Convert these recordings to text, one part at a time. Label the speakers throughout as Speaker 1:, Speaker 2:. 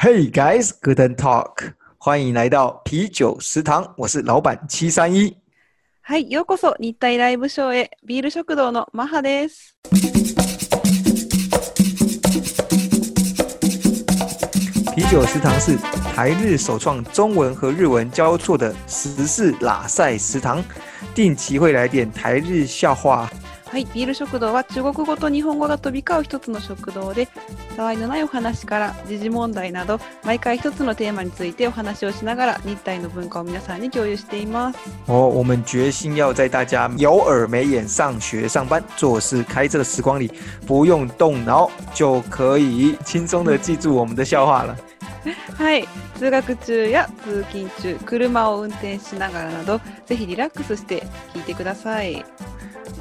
Speaker 1: Hey guys, good and talk，欢迎来到啤酒食堂，我是老板七三一。
Speaker 2: はい、ようこそ日体ライブショーへビール食堂のマハです。
Speaker 1: 啤酒食堂是台日首创中文和日文交错的时事拉塞食堂，定期会来点台日笑话。
Speaker 2: はい、ビール食堂は中国語と日本語が飛び交う一つの食堂で、たわいのないお話から時事問題など、毎回一つのテーマについてお話をしながら日体の文化を皆さんに共有しています。
Speaker 1: 哦，我们决心要在大家有耳没眼、上学、上班、做事、开车的时光里，不用动脑就可以轻松的记住我们的笑话了。
Speaker 2: はい、通学中や通勤中、車を運転しながらなど、ぜひリラックスして聞いてください。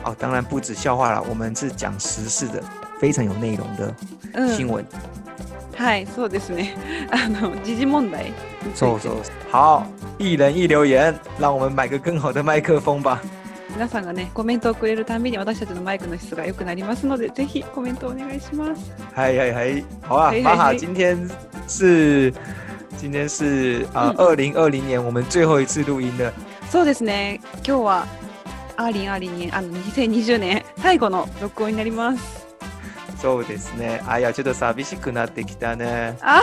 Speaker 1: 哦，当然不止笑话啦，我们是讲时事的，非常有内容的
Speaker 2: う
Speaker 1: 新
Speaker 2: ん、
Speaker 1: 闻。
Speaker 2: はい、そうですね。 あの時事問題につ
Speaker 1: そう
Speaker 2: い
Speaker 1: そ
Speaker 2: て
Speaker 1: う。好，一人一留言，让我们买个更好的麦克风吧。
Speaker 2: 皆さんがねコメントをくれるたんびに私たちのマイクの質が良くなりますのでぜひコメントお願いします
Speaker 1: 嗨嗨嗨，好啊
Speaker 2: 嘿嘿，
Speaker 1: 玛哈，
Speaker 2: 嘿
Speaker 1: 今天是今天是
Speaker 2: 嗯
Speaker 1: 啊，二零二零年我们最后一次录音了。
Speaker 2: そうですね今日はアーリンアーリンにあの2020年最後の録音になります
Speaker 1: そうですね。あいや、ちょっと寂しくなってきた ね。
Speaker 2: あ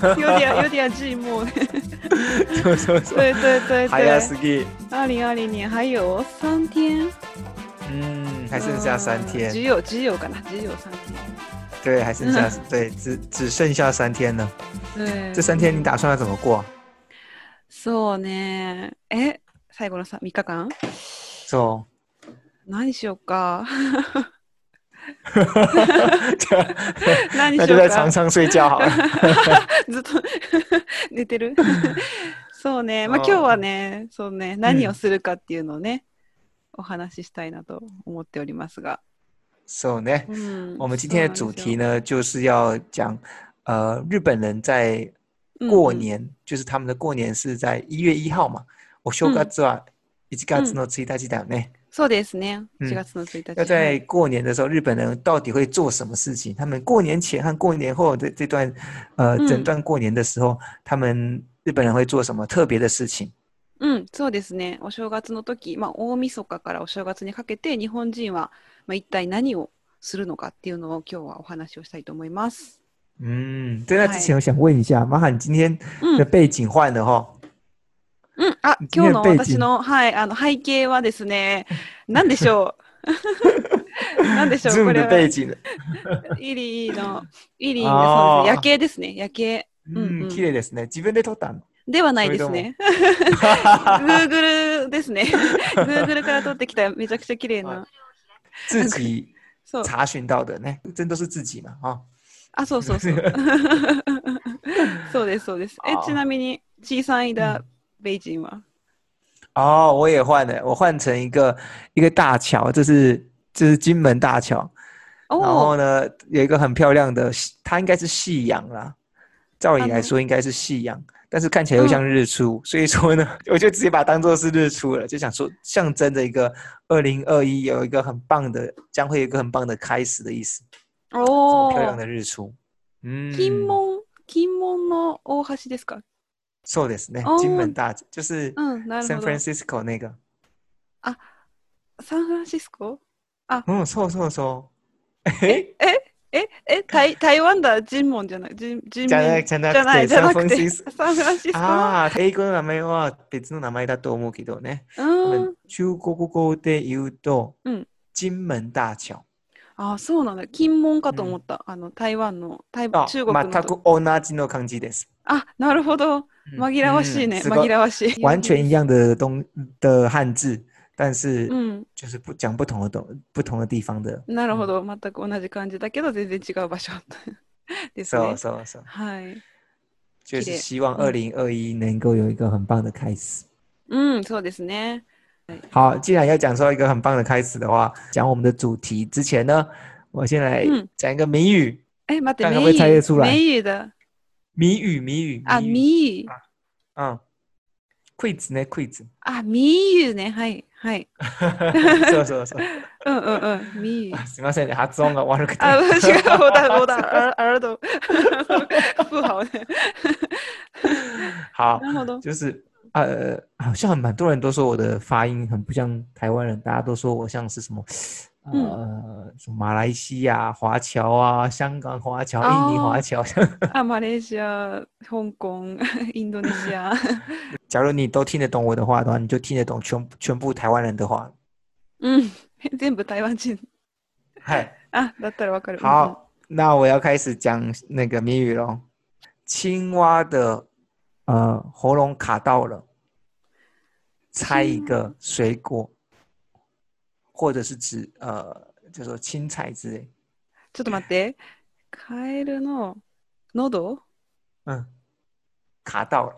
Speaker 2: ーよ りゃよりゃ G もうね
Speaker 1: そうそうそう。
Speaker 2: 对对对
Speaker 1: 早
Speaker 2: 对
Speaker 1: すぎ。
Speaker 2: アーリンアーリンに还有3天
Speaker 1: 嗯，还剩下三
Speaker 2: うん
Speaker 1: 天。
Speaker 2: 只有只有かな只有3
Speaker 1: 对，还剩下对，只只剩下三天了。
Speaker 2: 天うん
Speaker 1: 这三天你打算要怎么过？
Speaker 2: そうねえ最後の 3, 3日間
Speaker 1: そう。
Speaker 2: 何しよう か
Speaker 1: 那就在
Speaker 2: 何しようか
Speaker 1: 床上睡觉好 了。
Speaker 2: ずっと 寝て るそうね、まあ、
Speaker 1: あ
Speaker 2: 今
Speaker 1: ー
Speaker 2: 日はねそうね何をするかっていうのをね、お話ししたいなと思っておりますが、
Speaker 1: そうね。
Speaker 2: うん
Speaker 1: 我们今天的主题呢，就是要讲，呃，日本人在过、年，就是他们的过年是在一月一号嘛。我休
Speaker 2: 嗯
Speaker 1: 假之外，一月の1日だよね。
Speaker 2: そうなんですよそうですね
Speaker 1: うん
Speaker 2: 4月の1日、
Speaker 1: 要
Speaker 2: は
Speaker 1: 在
Speaker 2: い
Speaker 1: 过年的时候，日本人到底会做什么事情？他们过年前和过年后的这段，呃，
Speaker 2: 嗯
Speaker 1: 整段过年的时候，他们日本人会做什么特别的事情？
Speaker 2: うん、そうですねお正月の時、まあ、大晦日からお正月にかけて日本人は、まあ、一体何をするのかっていうのを今日はお話をしたいと思います。
Speaker 1: 嗯，在那之前，我想问一下，玛哈，你今天
Speaker 2: うん
Speaker 1: 的背景换了哈？
Speaker 2: うん、あ、
Speaker 1: ね
Speaker 2: 今日の
Speaker 1: ページ
Speaker 2: 私の、はい、あの背景はです ね、何でしょう。 何でしょう、こ
Speaker 1: Zoom 的
Speaker 2: れは
Speaker 1: 背
Speaker 2: イ
Speaker 1: 景了。
Speaker 2: リーの、イリー
Speaker 1: あ
Speaker 2: の、
Speaker 1: ー
Speaker 2: そうですね夜景ですね、夜景。うんう
Speaker 1: 嗯，
Speaker 2: ん
Speaker 1: 綺麗ですね。自分で撮ったの。
Speaker 2: ではないですね。Google で すね。Google から撮ってきためちゃくちゃ綺麗な。
Speaker 1: 自 己
Speaker 2: そう、
Speaker 1: 查询到的呢，真都是自己嘛啊。
Speaker 2: あ、そうそ うそう。そうです、そうです。え
Speaker 1: あ、ー
Speaker 2: ちなみに、小さい
Speaker 1: う
Speaker 2: だ
Speaker 1: ん、
Speaker 2: ベイジンは。
Speaker 1: 哦，我也换了，我换成一个一个大桥，这是这是金门大桥，然
Speaker 2: お
Speaker 1: 后
Speaker 2: ー
Speaker 1: 呢有一个很漂亮的夕，它应该是夕阳啦，照理
Speaker 2: 啊嗯
Speaker 1: 来
Speaker 2: 那
Speaker 1: 说应该是夕阳，但是看起来又像日出，所以说呢， 我就直接把它当做是日出了，就想说象征着一个二零二一有一个很棒的，将会有一个很棒的开始的意思，这么
Speaker 2: お
Speaker 1: 漂亮
Speaker 2: ー
Speaker 1: 的日出，嗯，
Speaker 2: 哦金門、金門の大橋ですか
Speaker 1: そうですね
Speaker 2: 哦，
Speaker 1: 金门大就是
Speaker 2: うん、なる
Speaker 1: San
Speaker 2: ほど。
Speaker 1: Francisco 那个，
Speaker 2: サンフランシスコ
Speaker 1: 嗯，そうそう そう。诶
Speaker 2: え、え、台台湾だ、ジンモンじゃない、ジン、ジン
Speaker 1: じゃな
Speaker 2: メン
Speaker 1: いじゃな
Speaker 2: じゃな
Speaker 1: く
Speaker 2: い、じ
Speaker 1: て、
Speaker 2: ゃ
Speaker 1: サンフラ
Speaker 2: なく
Speaker 1: ン
Speaker 2: て、
Speaker 1: シス
Speaker 2: サンフランシスコの、
Speaker 1: ああ、英語の名前は別の名前だと思うけどね。
Speaker 2: う
Speaker 1: 多
Speaker 2: ーん
Speaker 1: 分、中国語で言うと
Speaker 2: うん、
Speaker 1: 金門大橋。
Speaker 2: あ、そうなんだ、金門かと思った、あの台湾の、台
Speaker 1: あ、
Speaker 2: 中国の
Speaker 1: 全
Speaker 2: と、
Speaker 1: く同じの漢字です。
Speaker 2: あ、なるほど、
Speaker 1: うん
Speaker 2: 紛らわしいね、
Speaker 1: うんすご
Speaker 2: 紛らわしい。
Speaker 1: 完全一样的东的汉字，但是
Speaker 2: うん、
Speaker 1: 就是不讲不同的东不同的地方的。
Speaker 2: なるほど、全く同じ感じだけど、全然違う場所 です
Speaker 1: そう
Speaker 2: ね。
Speaker 1: そうそう。
Speaker 2: はい。
Speaker 1: 就是
Speaker 2: 綺麗
Speaker 1: 希望
Speaker 2: 嗯
Speaker 1: 二零二一能够有一个很棒的开始。
Speaker 2: うん、そうですね。
Speaker 1: 好，既然要讲说一个很棒的开始的话，讲我们的主题之前呢，我先来
Speaker 2: 嗯
Speaker 1: 讲一个谜语，
Speaker 2: え、待っ
Speaker 1: 大
Speaker 2: て、
Speaker 1: 家
Speaker 2: メ
Speaker 1: 会
Speaker 2: イ
Speaker 1: 猜得出
Speaker 2: ユ、
Speaker 1: 来
Speaker 2: メイユだ。
Speaker 1: 谜语，谜语，
Speaker 2: あ、
Speaker 1: 谜语，
Speaker 2: ミー、
Speaker 1: 嗯，quiz 呢，quiz，
Speaker 2: あ、ミーユね、はい、はい。
Speaker 1: そうそうそう。
Speaker 2: うんうんうん、ミー
Speaker 1: 啊
Speaker 2: ユ。 啊
Speaker 1: すみませんね、発音が悪くて。
Speaker 2: あ、違う、我的我的儿儿童，不好もね。
Speaker 1: 好，
Speaker 2: なるほど。
Speaker 1: 就是呃，好像蛮多人都说我的发音很不像台湾人，大家都说我像是什么。
Speaker 2: 嗯
Speaker 1: 呃，什么马来西亚华侨啊，香港华侨、印尼华
Speaker 2: 哦
Speaker 1: 侨，
Speaker 2: あ、マレーシア、香港、 インドネシア。
Speaker 1: 假如你都听得懂我的话的话，你就听得懂全全部台湾人的话。
Speaker 2: うん。 全部台湾人。
Speaker 1: 嗨，
Speaker 2: あ、だったらわかる。うん
Speaker 1: 好，那我要开始讲那个谜语喽。青蛙的呃喉咙卡到了，猜一个水果，或者是指呃，就说青菜之类。
Speaker 2: ちょっと待って。カエルの喉
Speaker 1: 嗯，卡到了，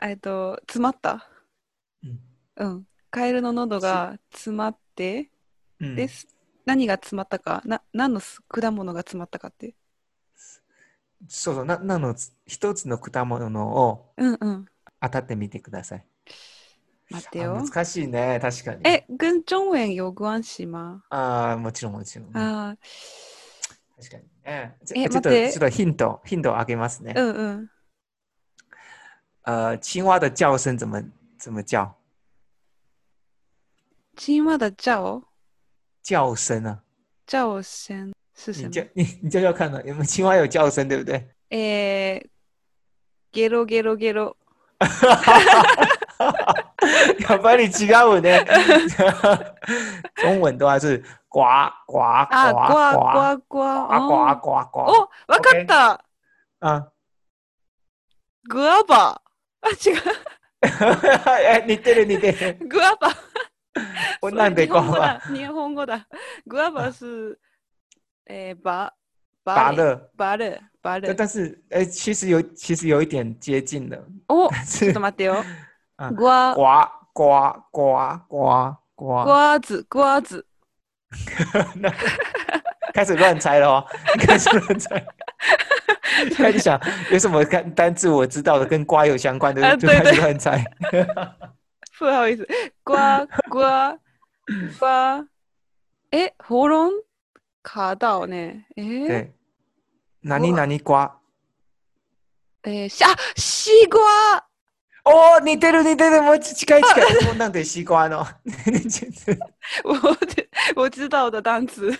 Speaker 2: えっと、詰まった。
Speaker 1: 嗯
Speaker 2: うん。カエルの喉が詰まって、
Speaker 1: 嗯，
Speaker 2: です。何が詰まったか、な何のす果物が詰まったかって。
Speaker 1: そうそう、ななのつ一つの果物を
Speaker 2: うんうん。
Speaker 1: 当たってみてください。
Speaker 2: 待って
Speaker 1: あ
Speaker 2: よ。
Speaker 1: 難しいね、確かに。
Speaker 2: え、群中園よ、グアンシマ。
Speaker 1: ああ、もちろんもちろん。
Speaker 2: あ
Speaker 1: 確かに。ええち
Speaker 2: え
Speaker 1: ょちょっと
Speaker 2: 待って
Speaker 1: ちょっとヒント、ヒントをあげますね。
Speaker 2: あ、うんうん。
Speaker 1: 呃，青蛙的叫声怎么怎么叫？
Speaker 2: チンワダ、ジャオ、
Speaker 1: 叫声啊，
Speaker 2: ジャオシェン、ス
Speaker 1: 你
Speaker 2: セ
Speaker 1: 叫
Speaker 2: ム。
Speaker 1: 你你叫叫看啊呢，有没有青蛙有叫声，对不对？
Speaker 2: えー、ゲロゲロゲロ。
Speaker 1: 要不然你其他文呢？ 中文的话是呱呱
Speaker 2: あ、ゴワゴ
Speaker 1: 啊呱
Speaker 2: ワゴ
Speaker 1: 呱哦呱呱呱
Speaker 2: ワ。あーお、わかった。
Speaker 1: 啊！
Speaker 2: グアバ。あ、違
Speaker 1: 哎，你对了，你对 了，
Speaker 2: う。グアバ。
Speaker 1: 我なんで
Speaker 2: 日
Speaker 1: 呱
Speaker 2: 本語
Speaker 1: 呱
Speaker 2: だ。日本語だ。グアバス、えー、バ、
Speaker 1: 拔
Speaker 2: バレ、
Speaker 1: 了。
Speaker 2: バレ、バレ
Speaker 1: 但。但是，哎，其实有其实有一点接近了，
Speaker 2: お、
Speaker 1: 但
Speaker 2: ちょ
Speaker 1: 是
Speaker 2: っと待って よ
Speaker 1: あ。
Speaker 2: グア、
Speaker 1: 呱呱呱呱呱
Speaker 2: グアズ、グアズ。
Speaker 1: 那开始乱猜了哦， 你开始乱 猜。开始想有什么单单字我知道的跟瓜有相关的，
Speaker 2: 啊
Speaker 1: 就
Speaker 2: 对
Speaker 1: 开始
Speaker 2: 对
Speaker 1: 乱猜。
Speaker 2: 不好意思。グア、グア、グア。え、ホロンカだよね。えー、
Speaker 1: 对，哪尼哪尼瓜？
Speaker 2: えー、しあ、シーグア
Speaker 1: 哦，你对了，你对了，我近い近い。我弄点西瓜呢， 你简直
Speaker 2: 我知我知道的单词。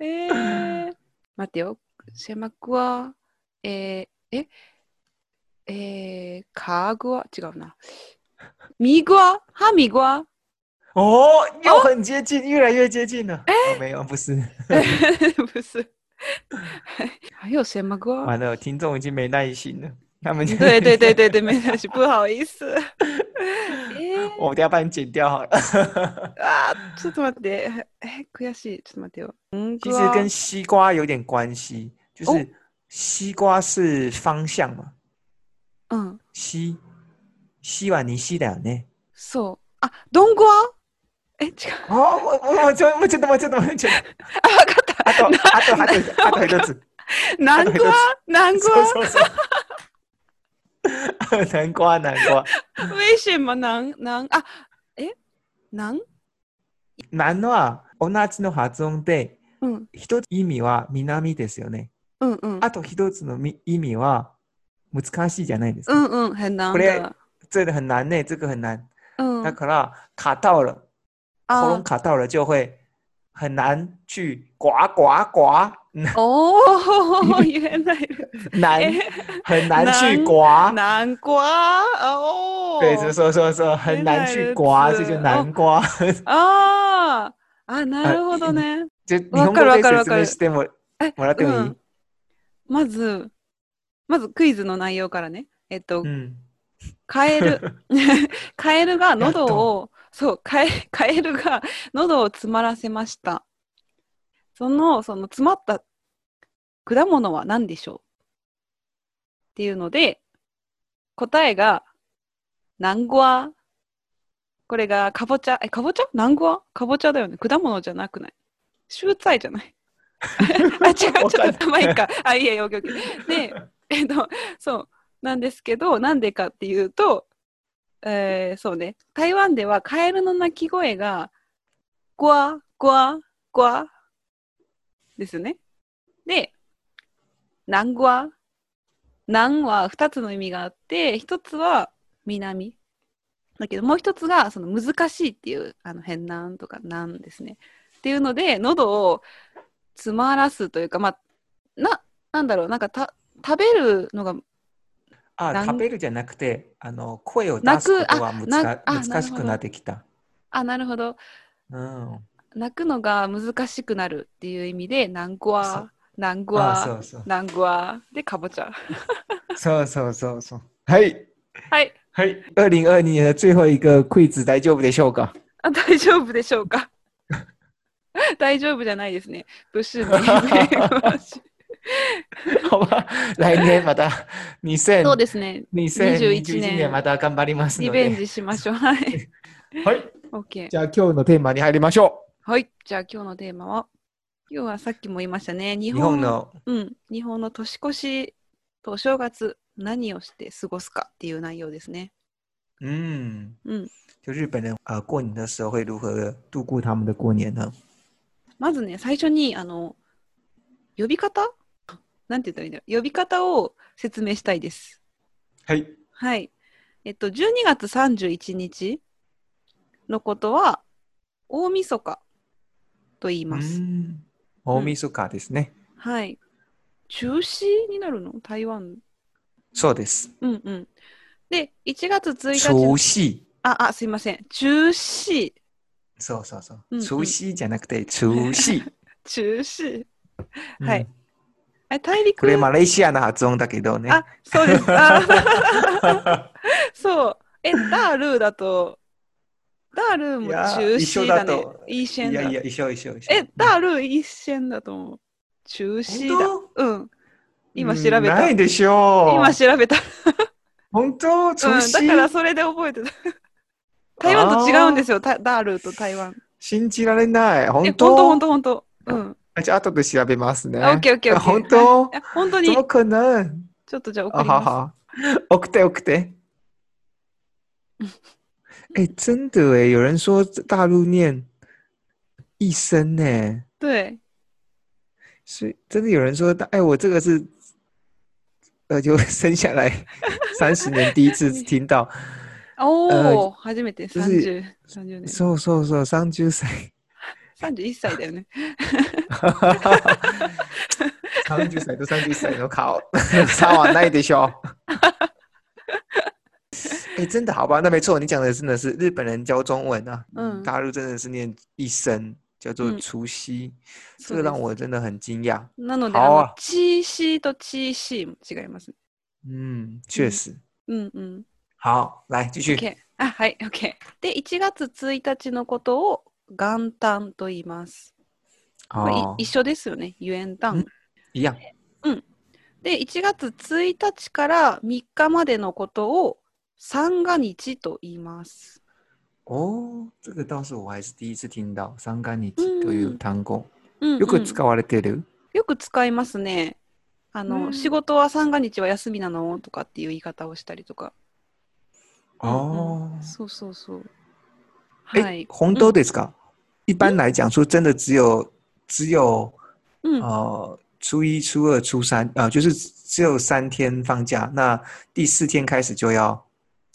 Speaker 2: えー、待ってよ。シェマグア、えー、え、えー、カーグア、違うな。ミグア、ハミグア。
Speaker 1: 哦，又很接近，越来越接近了。
Speaker 2: 哎
Speaker 1: 哦没有，不是，
Speaker 2: 不是。 还有什么歌？
Speaker 1: 完了，听众已经没耐心了，他 们就
Speaker 2: 对对对对对，没关系，不好 意思。え
Speaker 1: 我等一下帮你剪掉好了。
Speaker 2: ー、あーちょっと待って、え悔しい、ちょっと待ってよ。うん
Speaker 1: 其
Speaker 2: ぐ
Speaker 1: 实
Speaker 2: わ
Speaker 1: 跟西瓜有点关系，就
Speaker 2: 哦
Speaker 1: 是西瓜是方向嘛，
Speaker 2: うん、
Speaker 1: 西西は西だよね。
Speaker 2: そう。あ、どんぐわえ、違う。
Speaker 1: 哦，我我我ちょもうちょっともうちょっともうちょっと
Speaker 2: あ、わかっ
Speaker 1: あとあとあとあと一つ。
Speaker 2: た。なんぐわなんぐ
Speaker 1: そう
Speaker 2: わ
Speaker 1: そうそう。南瓜南瓜
Speaker 2: 为什么なんなんあ、えなん
Speaker 1: 南は同じの発音で
Speaker 2: うん、
Speaker 1: 一つ意味は南ですよね。
Speaker 2: うん、うん。
Speaker 1: あと一つのみ意味は難しいじゃないです
Speaker 2: う
Speaker 1: か。
Speaker 2: ん、うん、很难
Speaker 1: これ
Speaker 2: 的。
Speaker 1: 这个很难呢，这个很难。
Speaker 2: うん
Speaker 1: だ。から卡到了。喉
Speaker 2: あ
Speaker 1: 咙卡到了就会很难去刮刮刮，嗯
Speaker 2: おー、 言 えない。
Speaker 1: 难
Speaker 2: え
Speaker 1: 很难去
Speaker 2: 难
Speaker 1: 刮。
Speaker 2: 南瓜哦，
Speaker 1: 对，就说说说很难去刮，
Speaker 2: 原来
Speaker 1: 这
Speaker 2: 如此
Speaker 1: 就南瓜。
Speaker 2: あーあ、なるほどね。
Speaker 1: 就日本語
Speaker 2: わ
Speaker 1: で
Speaker 2: かるわ
Speaker 1: 説
Speaker 2: か
Speaker 1: 明
Speaker 2: る
Speaker 1: しても
Speaker 2: え、
Speaker 1: もらってもいい？
Speaker 2: まず、まずクイズの内容からね。えっと
Speaker 1: う、 ん。
Speaker 2: カ エル、カエルが喉を、そう、カエカエルが 喉を詰まらせました。その、その詰まった果物は何でしょうっていうので、答えが、南瓜。これが、かぼちゃ。え、かぼちゃ南瓜かぼちゃだよね。果物じゃなくない秀才じゃないあ、違う、ち ょ
Speaker 1: わかんない
Speaker 2: っ と、まあいいか。あ、いいや、よくよく。で、 えっと、そう、なんですけど、なんでかっていうと、えーそうね、台湾ではカエルの鳴き声が、ゴワ、ゴワ、ゴワですね。で、南語は南は2つの意味があって、1つは南。だけど、もう1つがその難しいっていう、あの、変南とか南ですね。っていうので、喉を詰まらすというか、まあ、な、なんだろう、なんかた、食べるのがな
Speaker 1: あ、
Speaker 2: ん
Speaker 1: 食べるじゃなくて、あの、声を出すこ
Speaker 2: 泣く
Speaker 1: とはむつ
Speaker 2: な
Speaker 1: か
Speaker 2: あ
Speaker 1: 難し
Speaker 2: なるほ
Speaker 1: く
Speaker 2: ど
Speaker 1: なってきた。
Speaker 2: あ、なるほど。
Speaker 1: うん。
Speaker 2: 泣くのが難しくなるっていう意味で、南語
Speaker 1: そ
Speaker 2: は、南語
Speaker 1: あ、そ
Speaker 2: は、
Speaker 1: うそう。
Speaker 2: 南語は、で、かぼちゃ。
Speaker 1: そうそうそうそう。はい。
Speaker 2: はい。
Speaker 1: はい。二零二二年的最后一个 quiz 大丈夫でしょう か？
Speaker 2: あ大丈夫でしょうか 大丈夫じゃないですね。ブッシュに
Speaker 1: 好吧，来年また二千
Speaker 2: そうですね。
Speaker 1: 二千二十
Speaker 2: 2021
Speaker 1: 一年
Speaker 2: 年
Speaker 1: また頑張ります
Speaker 2: リ
Speaker 1: の
Speaker 2: ベン
Speaker 1: で。
Speaker 2: ジしましょう。はい。
Speaker 1: はい。
Speaker 2: OK。
Speaker 1: じゃあ今日のテーマに入りましょ
Speaker 2: はい。じゃあ今日のテーマは、今日はさっきも言いましたね。日
Speaker 1: う。
Speaker 2: 本
Speaker 1: 日本の
Speaker 2: うん、日本の年越しとお正月、何をして過ごすかっていう内容ですね。
Speaker 1: 嗯，
Speaker 2: うん。
Speaker 1: 就日本人呃过年的时候会如何度过他们的过年呢？
Speaker 2: まずね、最初に、あの、呼び方なんて言ったらいいんだろう。呼び方を説明したいです。
Speaker 1: はい。
Speaker 2: はい。えっと、12月31日のことは、大晦日と言いうます。
Speaker 1: ん。大晦日ですね。
Speaker 2: はい。中止になるの台湾。
Speaker 1: そうです。
Speaker 2: うんうん。で、1月1日の
Speaker 1: 除夕。
Speaker 2: あ、あ、すいません。中止。
Speaker 1: そうそうそうう。
Speaker 2: ん
Speaker 1: 除夕じゃなくて除夕。
Speaker 2: 中止。
Speaker 1: うん
Speaker 2: はい。あ大陸
Speaker 1: これマレーシアの発音だけどね。
Speaker 2: あ、そうです。 あ そう。え、ダールーだと、ダールーも
Speaker 1: いや
Speaker 2: 中
Speaker 1: 一緒
Speaker 2: 止だ
Speaker 1: だ
Speaker 2: ね
Speaker 1: と。
Speaker 2: いいシ
Speaker 1: い
Speaker 2: ェンだ。
Speaker 1: やいや、一緒一緒一緒。
Speaker 2: え、ダール一線だと思う。中止だ。
Speaker 1: 本
Speaker 2: うん。今調
Speaker 1: うん
Speaker 2: べた
Speaker 1: な。いでしょう。
Speaker 2: 今調べた。
Speaker 1: 本当中
Speaker 2: うん。だ
Speaker 1: 止、
Speaker 2: からそれで覚えてた。台湾と違うんですよ。たダールと台湾。
Speaker 1: 信じられない。
Speaker 2: え、
Speaker 1: 本
Speaker 2: ほ
Speaker 1: 当
Speaker 2: んとほんとほんと。うん。
Speaker 1: あじゃあ後で調べますね。
Speaker 2: あオッケーオッケーオッケー
Speaker 1: 本当
Speaker 2: いや 本当
Speaker 1: 怎
Speaker 2: に
Speaker 1: 么、可能
Speaker 2: ちょっとじゃあ送
Speaker 1: あ
Speaker 2: り
Speaker 1: は
Speaker 2: ま
Speaker 1: は。送って送って。哎、真的哎，有人说大陆念一声呢，
Speaker 2: す。对。
Speaker 1: 是真的有人说大，哎，我这个是，呃，就 生下来三十年第一次听到，
Speaker 2: おー、初めて
Speaker 1: 是
Speaker 2: 30、30年。
Speaker 1: そうそうそう、三十歳。
Speaker 2: 31歳だよね。
Speaker 1: 三十歳と三十歳の 顔，差完那でしょ。哎、真的好吧？那没错，你讲的真的是日本人教中文啊，
Speaker 2: 嗯
Speaker 1: 大陆真的是念一声叫做
Speaker 2: 嗯
Speaker 1: 除夕，这
Speaker 2: そう
Speaker 1: 个
Speaker 2: で
Speaker 1: 让
Speaker 2: す
Speaker 1: 我真的很惊讶。
Speaker 2: なので、あ
Speaker 1: 顔は
Speaker 2: の、チーシーとチーシーも違います。
Speaker 1: 嗯，确实。
Speaker 2: うんうん。
Speaker 1: 好，来继续。
Speaker 2: OK あはい OK で1月1日のことを元旦と言います、まあい
Speaker 1: 哦，
Speaker 2: 一緒ですよね元
Speaker 1: う
Speaker 2: 旦
Speaker 1: ん一样。
Speaker 2: で1月1日から3日までのことを三が日と言います
Speaker 1: 哦，这个倒是我还是第一次听到。三が日という単語、
Speaker 2: うんうん
Speaker 1: よく使われてる。
Speaker 2: よく使いますねあの、
Speaker 1: うん
Speaker 2: 仕事は三が日は休みなのとかっていう言い方をしたりとか
Speaker 1: 哦。
Speaker 2: そうそうそうは
Speaker 1: 哎
Speaker 2: い，
Speaker 1: 红豆ですか？一般来讲，说真的，只有只有
Speaker 2: うん
Speaker 1: 呃初一、初二、初三，呃，就是只有三天放假，那第四天开始就要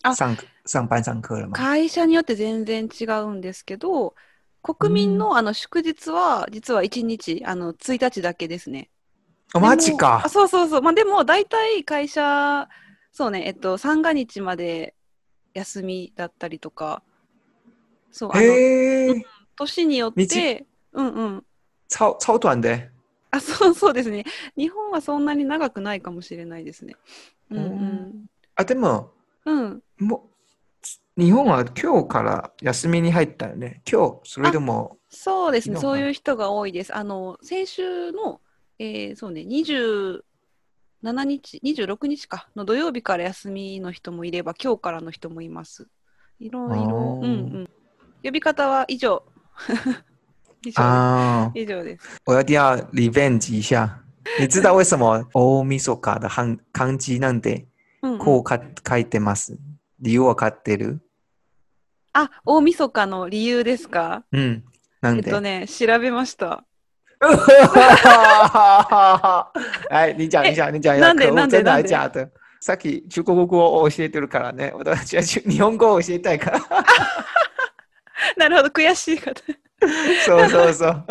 Speaker 2: 啊
Speaker 1: 上上班上课了嘛？
Speaker 2: 会社によって全然違うんですけど、国民のあの祝日は実は1日、あの1日だけですね。
Speaker 1: 哦，
Speaker 2: でも
Speaker 1: マジか
Speaker 2: あ。そうそうそう。まあでも大体会社、そうね、えっと、三が日まで休みだったりとか、そう、あの、
Speaker 1: へえ、
Speaker 2: 年によって、うんうん。
Speaker 1: 超超短的。
Speaker 2: あ、そうそうですね。日本はそんなに長くないかもしれないですね。うん
Speaker 1: あ、でも
Speaker 2: うん。うん。
Speaker 1: もう日本は今日から休みに入ったよね。今日それでも
Speaker 2: そうですね、
Speaker 1: 昨日か
Speaker 2: そういう人が多いです。あの先週の、えーそうね、27日、26日かの土曜日から休みの人もいれば、今日からの人もいます。いろいろ、
Speaker 1: あ
Speaker 2: う
Speaker 1: ー
Speaker 2: んうん。呼び方は以上。 以上
Speaker 1: 啊，
Speaker 2: です。以上です。
Speaker 1: 我一定要 revenge 一下。你知道为什么大晦日的漢漢字なんて
Speaker 2: うんうん
Speaker 1: こうか書いてます。理由わかってる
Speaker 2: あ、大晦日の理由ですか
Speaker 1: うん。な
Speaker 2: え
Speaker 1: ん
Speaker 2: っ
Speaker 1: で、
Speaker 2: とね、調べました。
Speaker 1: 哎，你讲一下，你讲一下，
Speaker 2: なんで
Speaker 1: 可
Speaker 2: な
Speaker 1: 恶
Speaker 2: んで
Speaker 1: 真的
Speaker 2: なん
Speaker 1: 还
Speaker 2: で
Speaker 1: 假的？さっき中国語を教えてるからね、私は日本語を教えたい から。
Speaker 2: なるほど、悔しい方。
Speaker 1: そうそうそう。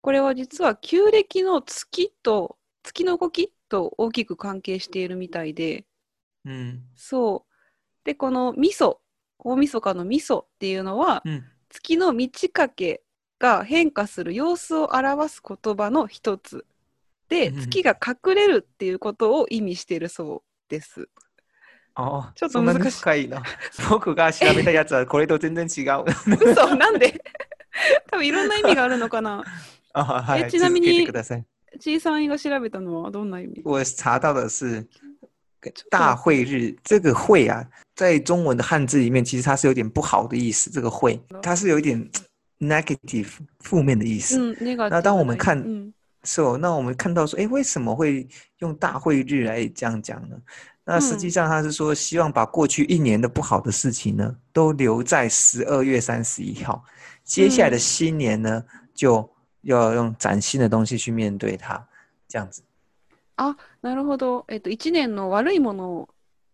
Speaker 2: これは実は旧暦の月と月の動きと大きく関係しているみたいで、
Speaker 1: うん。
Speaker 2: そう。で、この味噌、大晦日の味噌っていうのは、
Speaker 1: うん。
Speaker 2: 月の満ち欠けが変化する様子を表す言葉の一つで、
Speaker 1: うん
Speaker 2: 月が隠れるっていうことを意味しているそう です。
Speaker 1: ああ、
Speaker 2: ちょっと
Speaker 1: そんなに
Speaker 2: 難しい
Speaker 1: 深いな。僕が調べたやつはこれと全然違う。
Speaker 2: 嘘なんで 多分いろんな意味があるのかな。
Speaker 1: あは
Speaker 2: え
Speaker 1: い。
Speaker 2: ちなみに
Speaker 1: 続けてください。
Speaker 2: C さんが調べたのはどんな意味
Speaker 1: 我查到的是
Speaker 2: ちょっと
Speaker 1: 大会日，这个“会”啊，在中文的汉字里面，其实它是有点不好的意思。这个“会”它是有一点 negative 负面的意思。
Speaker 2: うん、ネガティブな
Speaker 1: 那当我们看
Speaker 2: うん、
Speaker 1: 是哦，那我们看到说，诶，为什么会用大会日来这样讲呢？那实际
Speaker 2: 嗯
Speaker 1: 上他是说，希望把过去一年的不好的事情呢，都留在十二月三十一号，接下来的
Speaker 2: 嗯
Speaker 1: 新年呢，就要用崭新的东西去面对它，这样子。
Speaker 2: なるほど、えっと、1年の悪いもの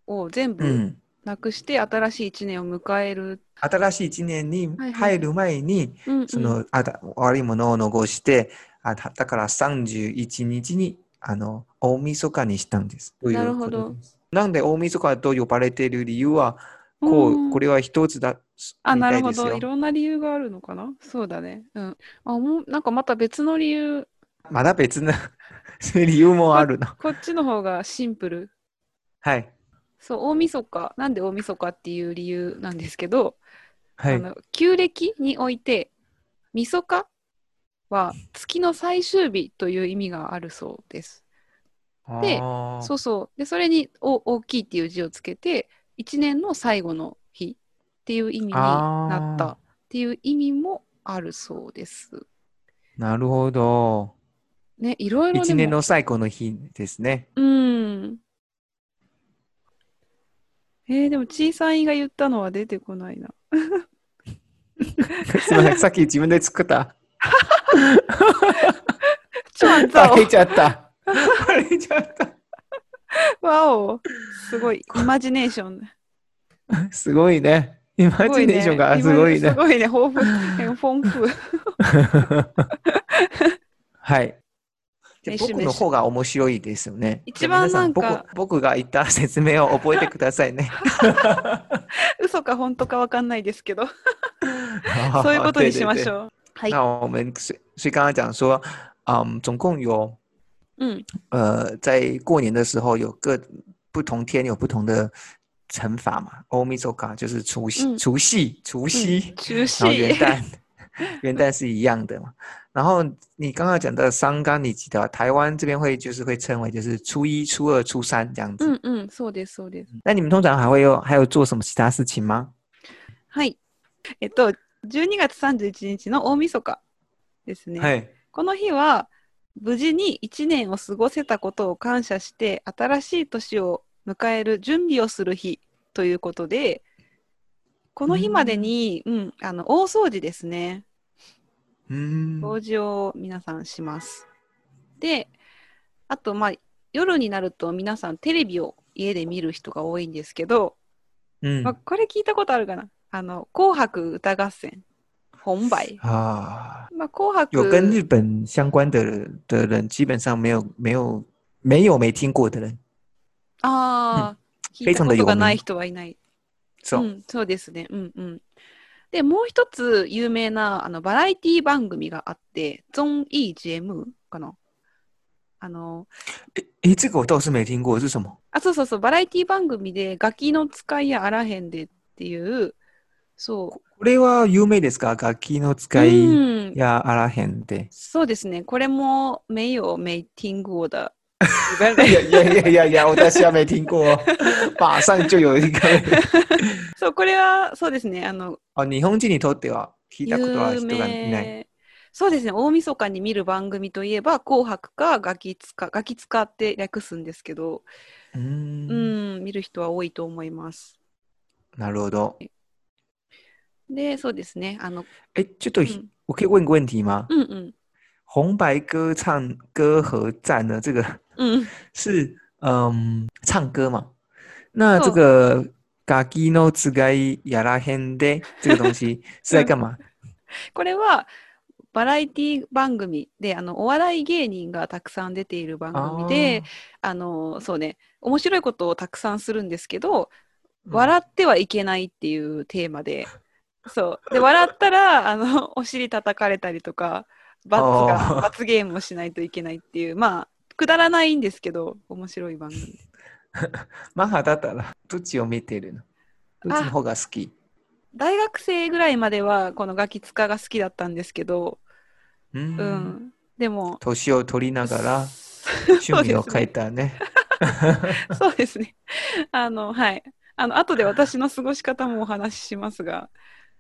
Speaker 2: を全部
Speaker 1: 嗯，
Speaker 2: なくして新しい1年を迎える。
Speaker 1: 新しい一年に
Speaker 2: はいはい
Speaker 1: 入る前に、
Speaker 2: うんうん
Speaker 1: そのあだ悪いものを残して、あだだから31日にあの大晦日にしたんです。という
Speaker 2: なるほど
Speaker 1: ことです。なんで大晦日と呼ばれている理由は、こう、
Speaker 2: うん
Speaker 1: これは一つだ。
Speaker 2: あ、
Speaker 1: みた
Speaker 2: ないるほ
Speaker 1: ですよ
Speaker 2: ど。いろんな理由があるのかなそうだね。うん。あ、もう、なんかまた別の理由、
Speaker 1: まだ別な そういう理由もあるな。
Speaker 2: こっちの方がシンプル。
Speaker 1: はい。
Speaker 2: そう、大晦日、なんで大晦日っていう理由なんですけど、
Speaker 1: は
Speaker 2: あ
Speaker 1: い。
Speaker 2: の旧暦において、晦日は月の最終日という意味があるそうです。で
Speaker 1: あー
Speaker 2: そうそう。で、それにお大きいっていう字をつけて、1年の最後の日っていう意味になった
Speaker 1: あー
Speaker 2: っていう意味もあるそうです。
Speaker 1: なるほど。
Speaker 2: ね、いろいろで
Speaker 1: 一
Speaker 2: も
Speaker 1: 年の最後の日ですね。
Speaker 2: うん。えー、でも、小さいが言ったのは出てこないな。
Speaker 1: すみません。さっき自分で作った。
Speaker 2: ちょっと、
Speaker 1: バレちゃ った。バレちゃった。
Speaker 2: わお、すごい、イマジネーション。
Speaker 1: すごいね。イマジネーションがすごい
Speaker 2: す
Speaker 1: ね。
Speaker 2: ごいね、豊富、え豊富。
Speaker 1: はい。で
Speaker 2: 飯
Speaker 1: 僕の方が面白いですよね。
Speaker 2: 一番なんか
Speaker 1: じゃあ皆さ僕僕が言った説明を覚えてくださいね。
Speaker 2: 嘘か本当かわかんないですけ ど、そういうことにしまし
Speaker 1: う。
Speaker 2: ょう。は
Speaker 1: 对对对
Speaker 2: い。
Speaker 1: 那我们所以所以刚刚讲说，嗯，总共有
Speaker 2: うん。
Speaker 1: 呃，在过年的时候有各不同天有不同的惩罚嘛。欧米索卡就是除夕、
Speaker 2: 嗯
Speaker 1: 除夕、除夕。
Speaker 2: 中
Speaker 1: 然后元
Speaker 2: 止。
Speaker 1: 旦， 元旦是一样的嘛。然后你刚刚讲的三纲，你记得台湾这边会就是会称为就是初一、初二、初三这样子。
Speaker 2: うんうん、そうです、そうです。
Speaker 1: 那你们通常还会有还有做什么其他事情吗？
Speaker 2: はい。えっと、12月31日の大晦日ですね。
Speaker 1: はい。
Speaker 2: この日は無事に1年を過ごせたことを感謝して新しい年を迎える準備をする日ということでこの日までに、うんあの大掃除ですね
Speaker 1: 嗯，
Speaker 2: 掃除を皆さんします。であとまあ夜になると皆さんテレビを家で見る人が多いんですけど、
Speaker 1: 嗯
Speaker 2: まあ、これ聞いたことあるかなあの紅白歌合戦本番、
Speaker 1: 啊，
Speaker 2: まあ、紅白
Speaker 1: 有跟日本相关的的人，基本上没有没有没有没听过的人。
Speaker 2: ああ、聞
Speaker 1: 非
Speaker 2: い
Speaker 1: 常
Speaker 2: たこ
Speaker 1: 的有名
Speaker 2: とがない人はいない。
Speaker 1: そうう。
Speaker 2: ん、そうですね。うんうん。で、もう一つ有名なあのバラエティ番組があって、ゾンイー GM かな。あの、
Speaker 1: 诶，这个我倒是没听过，是什么？
Speaker 2: あ、そうそうそう、バラエティ番組で、ガキの使いやあらへんでっていう、そ
Speaker 1: これは有名ですか？楽器の使
Speaker 2: う。
Speaker 1: い
Speaker 2: うん、
Speaker 1: やあらへんで。
Speaker 2: そうですね。これも、名誉メイティングオーダ
Speaker 1: いやいやいやいやいや、私は没听 过。马上就有一个。
Speaker 2: ー。そう、これは、そうですね。あの、
Speaker 1: あ、日本人にとっては聞いたことある人がいない。
Speaker 2: 名そうですね大晦日に見る番組といえば「紅白」か「ガキツカ」「ガキツカ」って略すんですけど
Speaker 1: うーん
Speaker 2: うん、見る人は多いと思います
Speaker 1: なるほど。
Speaker 2: でそうですねあの
Speaker 1: え、ちょっとひ、
Speaker 2: うん
Speaker 1: 我可以问个问题吗？
Speaker 2: うんうん
Speaker 1: 红白歌唱歌合战呢，这个
Speaker 2: うん。
Speaker 1: 是嗯唱歌嘛。那这
Speaker 2: そう
Speaker 1: 个ガキのつがいやらへんで这个东 西是在干嘛？
Speaker 2: これはバラエティ番組であのお笑い芸人がたくさん出ている番組であのそうね面白いことをたくさんするんですけど笑ってはいけないっていうテーマで、そうで笑ったらあのお尻叩かれたりとか罰
Speaker 1: あ
Speaker 2: が
Speaker 1: ー
Speaker 2: 罰ゲームをしないといけないっていうまあくだらないんですけど面白い番組です
Speaker 1: マハだったらどっちを見てるの？どっちの方が好き？
Speaker 2: 大学生ぐらいまではこのガキ使が好きだったんですけど、
Speaker 1: う。
Speaker 2: うんん、でも
Speaker 1: 年を取りながら趣
Speaker 2: そう
Speaker 1: 味
Speaker 2: ですね
Speaker 1: を変えたね。
Speaker 2: そうですね。 あの、はい。あの、後で私の過ごし方もお話ししますが、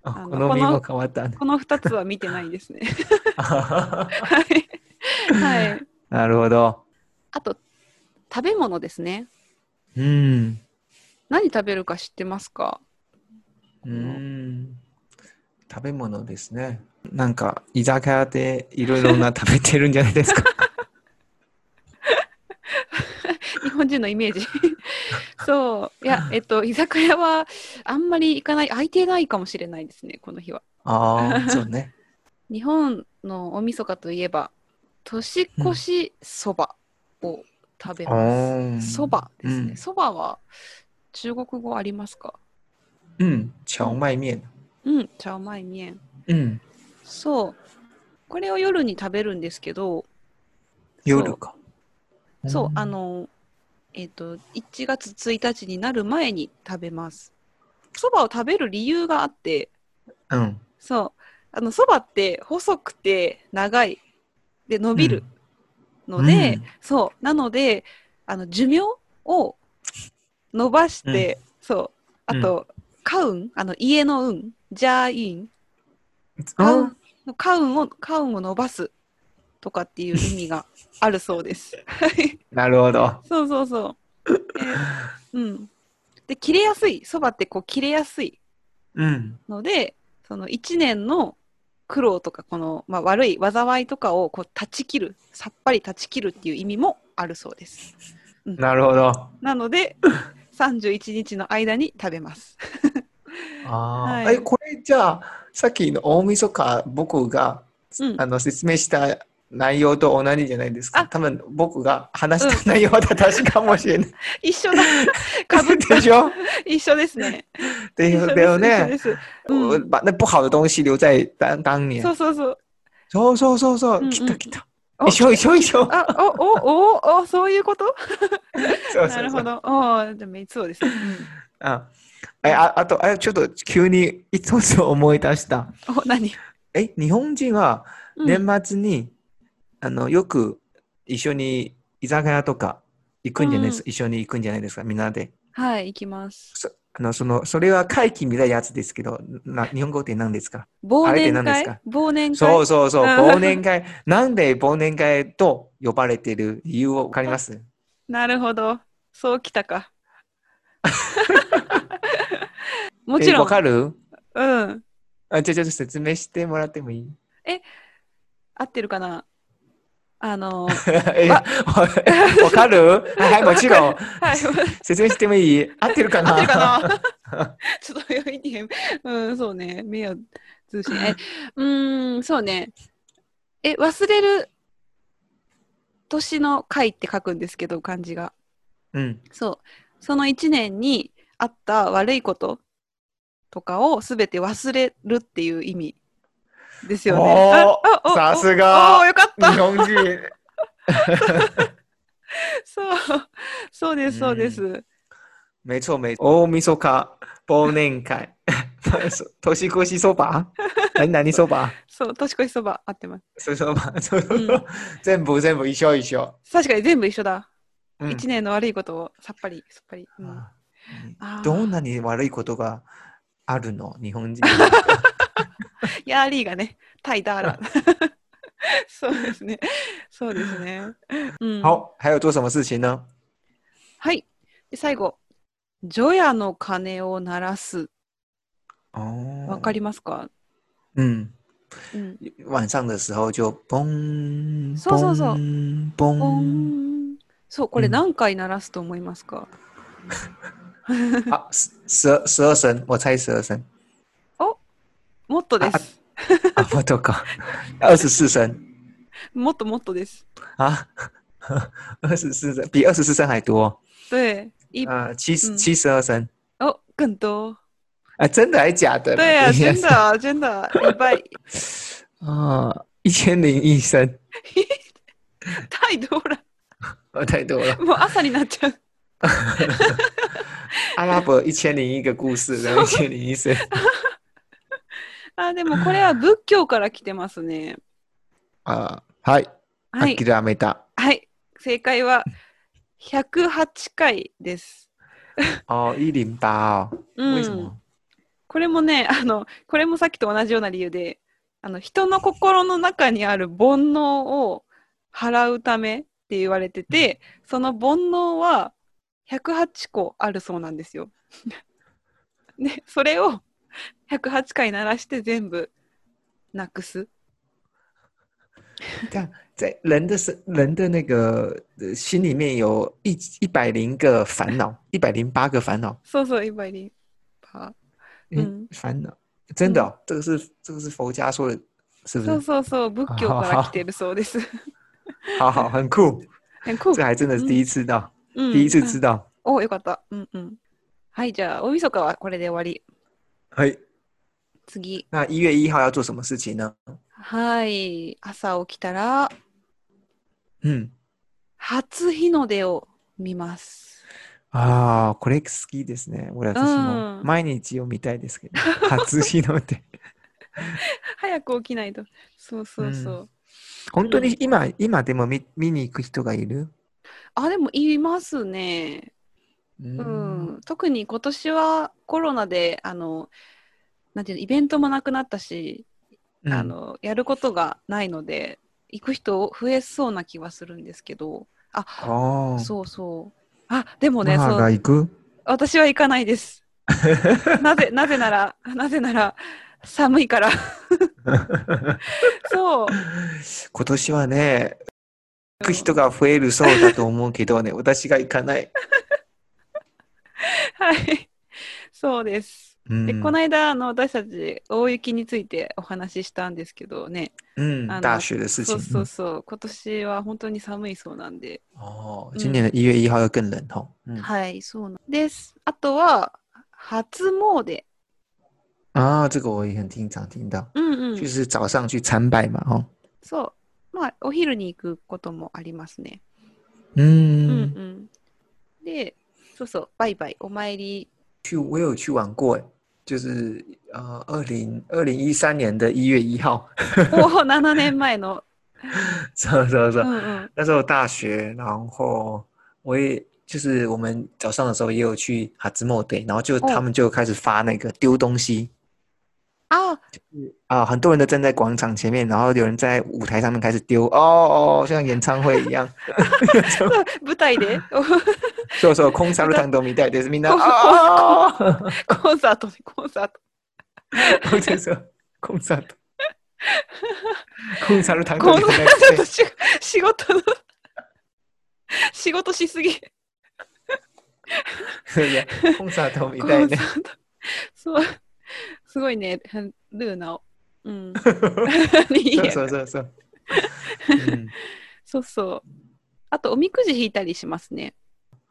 Speaker 1: あ
Speaker 2: あの
Speaker 1: 好みも変わったね。
Speaker 2: この2つは見てないですね。 はい。はい。
Speaker 1: なるほど。
Speaker 2: あと、食べ物ですね。
Speaker 1: うん。
Speaker 2: 何食べるか知ってますか
Speaker 1: うん。食べ物ですね。なんか居酒屋でいろいろな食べてるんじゃないですか。
Speaker 2: 日本人のイメージ。 そう。いや、えっと、居酒屋はあんまり行かない、空いてないかもしれないですね、この日は。
Speaker 1: ああ、そうね。
Speaker 2: 日本の大晦日といえば、年越しそばを食べ
Speaker 1: あ
Speaker 2: ます。
Speaker 1: ー
Speaker 2: そ。ばです
Speaker 1: う
Speaker 2: ね。
Speaker 1: ん
Speaker 2: そば、は中国語ありますか
Speaker 1: うん。荞麦面。
Speaker 2: うん、チャオマイミエン。
Speaker 1: うん。
Speaker 2: そう。これを夜に食べるんですけど、
Speaker 1: 夜か。
Speaker 2: そう、
Speaker 1: ん
Speaker 2: あ。の、えっ、と、1月1日になる前に食べます。そばを食べる理由があって、
Speaker 1: うん。
Speaker 2: そう、あの、そばって細くて長い、で、伸びるので、
Speaker 1: うん
Speaker 2: そう、なので、あの、寿命を伸ばして、そう、あと、カウン、あの、家の運、ジャーインカウ
Speaker 1: あ
Speaker 2: ンカウンをカウンを伸ばすとかっていう意味があるそう です。
Speaker 1: なるほど。
Speaker 2: そうそうそう。でうん、で切れやすいそばってこう切れやすい
Speaker 1: うん。
Speaker 2: のでその1年の苦労とかこの、まあ、悪い災いとかをこう断ち切るさっぱり断ち切るっていう意味もあるそうです。
Speaker 1: なるほど。あ
Speaker 2: なので31日の間に食べます。
Speaker 1: あー。
Speaker 2: はい
Speaker 1: え、これじゃあ、さっきの大晦日、僕が、
Speaker 2: うん
Speaker 1: あの説明した内容と同じじゃないですか。
Speaker 2: あ
Speaker 1: 多分僕が話した内容は正しいかもしれ ない。
Speaker 2: 一緒 だかぶっ
Speaker 1: でしょ
Speaker 2: 一緒ですね。
Speaker 1: で
Speaker 2: 一緒
Speaker 1: だ
Speaker 2: で
Speaker 1: よ
Speaker 2: す一緒
Speaker 1: ね
Speaker 2: で。す。う
Speaker 1: 我
Speaker 2: ん
Speaker 1: 把那不好的东西留在当当年
Speaker 2: そ。うそうそう。
Speaker 1: そうそうそうそう
Speaker 2: うんう。ん
Speaker 1: 来た来た。
Speaker 2: お
Speaker 1: 一緒一緒一緒。
Speaker 2: あ、お、お、お、お、そういうこと。
Speaker 1: そうそうそう
Speaker 2: なるほ。ど。おー、でも、そうですね。
Speaker 1: あ、えああとあちょっと急に一つ思い出した。
Speaker 2: うん、お、何。
Speaker 1: え、日本人は
Speaker 2: うん
Speaker 1: 年末に、あのよく一緒に居酒屋とか行くんじゃないです、一緒に行くんじゃないですかみんなで。
Speaker 2: はい、行きます。
Speaker 1: そあのそのそれは会期みたいなやつですけど、な日本語って何ですか
Speaker 2: 忘
Speaker 1: あれって何
Speaker 2: 年
Speaker 1: です
Speaker 2: 会
Speaker 1: か。
Speaker 2: 忘年会。
Speaker 1: そうそうそう、
Speaker 2: うん
Speaker 1: 忘年会。なんで忘年会と呼ばれてる理由を分かります
Speaker 2: なるほど。そうき たか。 もち
Speaker 1: え
Speaker 2: ろ
Speaker 1: わ
Speaker 2: ん。
Speaker 1: かる
Speaker 2: うん。
Speaker 1: あじゃあちょっと説明してもらっても いい
Speaker 2: 合ってるかな。あの。
Speaker 1: え
Speaker 2: わ
Speaker 1: わわかるはい、もちろん。
Speaker 2: はい。
Speaker 1: 説明してもいい合ってるかな
Speaker 2: 合ってるか なちょっと早いね。うん、そうね。目を 通信。え、うーん、そうね。え、忘れる年の回って書くんですけど、漢字が。
Speaker 1: うん。
Speaker 2: そう。その1年にあった悪いこととかをすべて忘れるっていう意味ですよね。ああ
Speaker 1: おー
Speaker 2: お
Speaker 1: さす
Speaker 2: おお
Speaker 1: が
Speaker 2: よかっ
Speaker 1: 日
Speaker 2: た。
Speaker 1: 本人。
Speaker 2: そう。そうです、そうです。
Speaker 1: 没错没错。大晦日、忘年 会、年越しそ ば何何そば
Speaker 2: そう、年越しそば合ってます。
Speaker 1: そそばそうそううん 全部全部一嗯緒一緒。
Speaker 2: 確かに全部一緒だ。
Speaker 1: うん
Speaker 2: 一年の悪いことをさっぱりさっぱり、うん
Speaker 1: あ
Speaker 2: あー
Speaker 1: どんなに悪いことがあるの日本人。
Speaker 2: ヤーリーがねタイダーラ そうですねそうですね、う ん、
Speaker 1: 好，还有做什么事情呢？
Speaker 2: はいで最後除夜の鐘を鳴らす
Speaker 1: 哦，
Speaker 2: わかりますか、
Speaker 1: 嗯，
Speaker 2: うん。
Speaker 1: 晚上的时候就嘣，
Speaker 2: そうそうそう
Speaker 1: 嘣
Speaker 2: ポ
Speaker 1: 嘣
Speaker 2: ン。そう、これ
Speaker 1: うん
Speaker 2: 何回鳴らすと思いますか、
Speaker 1: 啊，十十二十二声，我猜十二声
Speaker 2: もっとです。
Speaker 1: 啊，我都搞二十四声
Speaker 2: もっともっとです。
Speaker 1: 啊， 二十四声比二十四声还多
Speaker 2: 对。一
Speaker 1: 啊，七十
Speaker 2: 嗯
Speaker 1: 七十二声
Speaker 2: 哦，更多。
Speaker 1: 啊，真的还假的？
Speaker 2: 对啊，真 的啊真的啊，礼拜
Speaker 1: 啊，一千零一声，
Speaker 2: 太多了，
Speaker 1: 呃，太多 了。
Speaker 2: もう朝になっちゃう。
Speaker 1: 阿拉伯一千零一个故事，然后一千零一 声。
Speaker 2: あ、でもこれは仏教から来てますね。
Speaker 1: 啊，嗨，
Speaker 2: は
Speaker 1: 阿
Speaker 2: い
Speaker 1: 基，拉梅达。
Speaker 2: はい、正解は108回です。
Speaker 1: 哦，一零八哦，
Speaker 2: うん
Speaker 1: 为什么？
Speaker 2: これもね、あのこれもさっきと同じような理由で、あの人の心の中にある煩悩を払うためって言われてて、その煩悩は108個あるそうなんですよ。 で、それを108回鳴らして全部なくす。
Speaker 1: 看，在人的身，人的那个呃心里面有一一百零个烦恼，一百零八个烦恼，
Speaker 2: そうそう、イバイリンパ
Speaker 1: 嗯
Speaker 2: 嗯，
Speaker 1: 烦恼，真的、哦，这个是这个是佛家说的，是
Speaker 2: ー。
Speaker 1: 不
Speaker 2: そう
Speaker 1: 是？
Speaker 2: そうそう、仏教から来てるそうです。
Speaker 1: 好好，很酷，
Speaker 2: えこう
Speaker 1: 这还真的是第一次到，
Speaker 2: うん
Speaker 1: 第一次知道。
Speaker 2: お、よかった。うんうん。はい、じゃあ、大晦日はこれで終わり。
Speaker 1: 嘿，
Speaker 2: 次。
Speaker 1: 那一月一号要做什么事情呢？
Speaker 2: はい、朝起きたら、
Speaker 1: 嗯，
Speaker 2: 初日の出を見ます。
Speaker 1: ああ、これ好きですね。俺は私も
Speaker 2: うん
Speaker 1: 毎日読みたいですけど、初日の 出。
Speaker 2: 早く起きないと。そうそうそう。
Speaker 1: う本当に今、今でも見見に行く人がいる
Speaker 2: あ、でも、いますね。
Speaker 1: う
Speaker 2: うん。。特に今年はコロナで、あの、なんていうの、イベントもなくなったし、
Speaker 1: うん
Speaker 2: あの、やることがないので、行く人増えそうな気はするんですけど、あ、
Speaker 1: ああ、
Speaker 2: そうそう。あ、でもね、
Speaker 1: マ
Speaker 2: そ
Speaker 1: ハ
Speaker 2: う
Speaker 1: が。行く
Speaker 2: 私は行かない です。なぜ、なぜなら、なぜなら、寒い から。そう。
Speaker 1: 今年はね、行く人が増えるそうだと思うけどね、私が行かない。
Speaker 2: はい。そうです。
Speaker 1: うん、
Speaker 2: で、この間、あの、私たち、大雪についてお話ししたんですけどね。
Speaker 1: うん
Speaker 2: あの
Speaker 1: 大学的事
Speaker 2: そ
Speaker 1: 情。
Speaker 2: うそうそう。今年は本当に寒いそうなんで。
Speaker 1: 哦，今年的一月一号要更冷哦。嗯
Speaker 2: はい、そうなんです。あとは、初詣。
Speaker 1: 啊，这个我也很经常听到，
Speaker 2: うんう
Speaker 1: 就
Speaker 2: ん。
Speaker 1: 是早上去参拜嘛，哦，
Speaker 2: そう。まあ、お昼に行くこともありますね。うんう
Speaker 1: 嗯，
Speaker 2: ん。で、そうそう、バイバイ、お参り。
Speaker 1: 去我有去玩过，哎，就是呃，二零二零一三年的一月一号，
Speaker 2: お お、7年前の。
Speaker 1: 是啊是啊是
Speaker 2: う
Speaker 1: 啊
Speaker 2: んうん。
Speaker 1: 那时候大学，然后我也就是我们早上的时候也有去哈兹莫德，然后就
Speaker 2: 哦
Speaker 1: 他们就开始发那个丢东西
Speaker 2: あ、
Speaker 1: 啊、很多人都站在广场前面，然后有人在舞台上面开始丢，哦哦，像演唱会一样。
Speaker 2: 舞台で
Speaker 1: そうそう、コンサルタントみたいです。みんな、
Speaker 2: コン
Speaker 1: ああ
Speaker 2: コンサートでコンサー
Speaker 1: コンサルコンサルト。コンサルタン
Speaker 2: ト。
Speaker 1: ト
Speaker 2: コン
Speaker 1: みたい
Speaker 2: サー
Speaker 1: な
Speaker 2: トとし仕事の仕事しすぎ。
Speaker 1: いやコンサートみ
Speaker 2: コ
Speaker 1: た
Speaker 2: ンサ
Speaker 1: いな。
Speaker 2: ート。そう。すごいね、ルーナを。うん。 いい
Speaker 1: そう
Speaker 2: や
Speaker 1: そうそうそう。うん
Speaker 2: そうそう。あと、おみくじ引いたりしますね。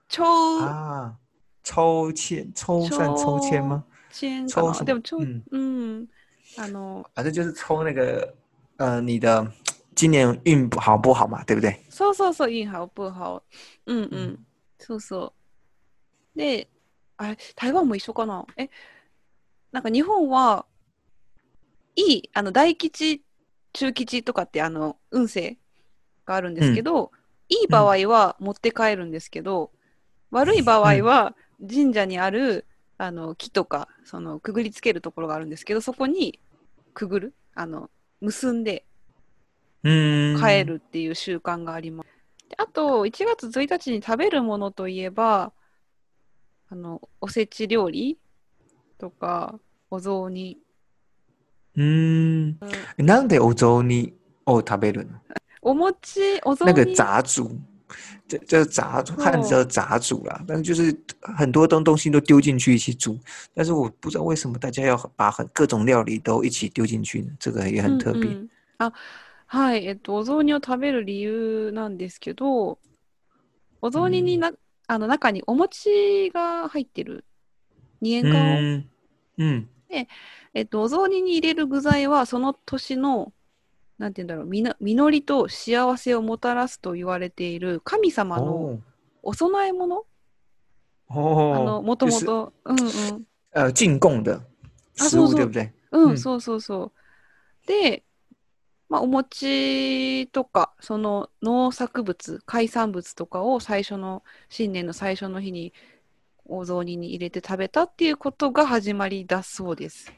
Speaker 2: 超
Speaker 1: ああ、嗯啊抽签、抽算抽签吗？
Speaker 2: 遅延か
Speaker 1: 超
Speaker 2: な。でも、超、
Speaker 1: うん
Speaker 2: うん。あの、
Speaker 1: 反正就是抽那个，呃，你的今年运不好不好嘛，对不对？
Speaker 2: そうそうそう、いいハオ、プーハオ。うんうん。
Speaker 1: うん
Speaker 2: そうそう。で、あれ、台湾も一緒かなえ、なんか日本は、いい、あの、大吉、中吉とかって、あの、運勢があるんですけど、いい場合は持って帰るんですけど、悪い場合は神社にある、あの、木とか、その、くぐりつけるところがあるんですけど、そこにくぐる、あの、結んで、
Speaker 1: 嗯
Speaker 2: 帰。るっていう習慣があります。であと1月1日に食べるものといえばあのおせち料理とかお雑煮
Speaker 1: うーん。
Speaker 2: うん
Speaker 1: なんでお雑煮を食べるの
Speaker 2: お餅、お雑
Speaker 1: 那个
Speaker 2: 煮、
Speaker 1: 杂煮，这这杂煮汉字叫杂煮啦，但是就是很多东东西都丢进去一起煮，但是我不知道为什么大家要把很各种料理都一起丢进去呢？这个也很特别。
Speaker 2: うんうんあはい、えっと、お雑煮を食べる理由なんですけど、お雑煮にな、あの中にお餅が入ってる。二円顔、
Speaker 1: 嗯嗯
Speaker 2: えっと、お雑煮に入れる具材は、その年の、なんて言うんだろう、みな実りと幸せをもたらすと言われている神様の
Speaker 1: 哦
Speaker 2: お供え物、あの、
Speaker 1: 哦，
Speaker 2: もと
Speaker 1: 就
Speaker 2: も
Speaker 1: 是
Speaker 2: と、嗯うん。
Speaker 1: 呃进贡的
Speaker 2: 啊
Speaker 1: 食物，
Speaker 2: そうそう
Speaker 1: 对不对？
Speaker 2: うん、
Speaker 1: うん
Speaker 2: そうそうそう。で、まあ、お餅とか、その農作物、海産物とかを最初の、新年の最初の日にお雑煮に入れて食べたっていうことが始まりだそうです。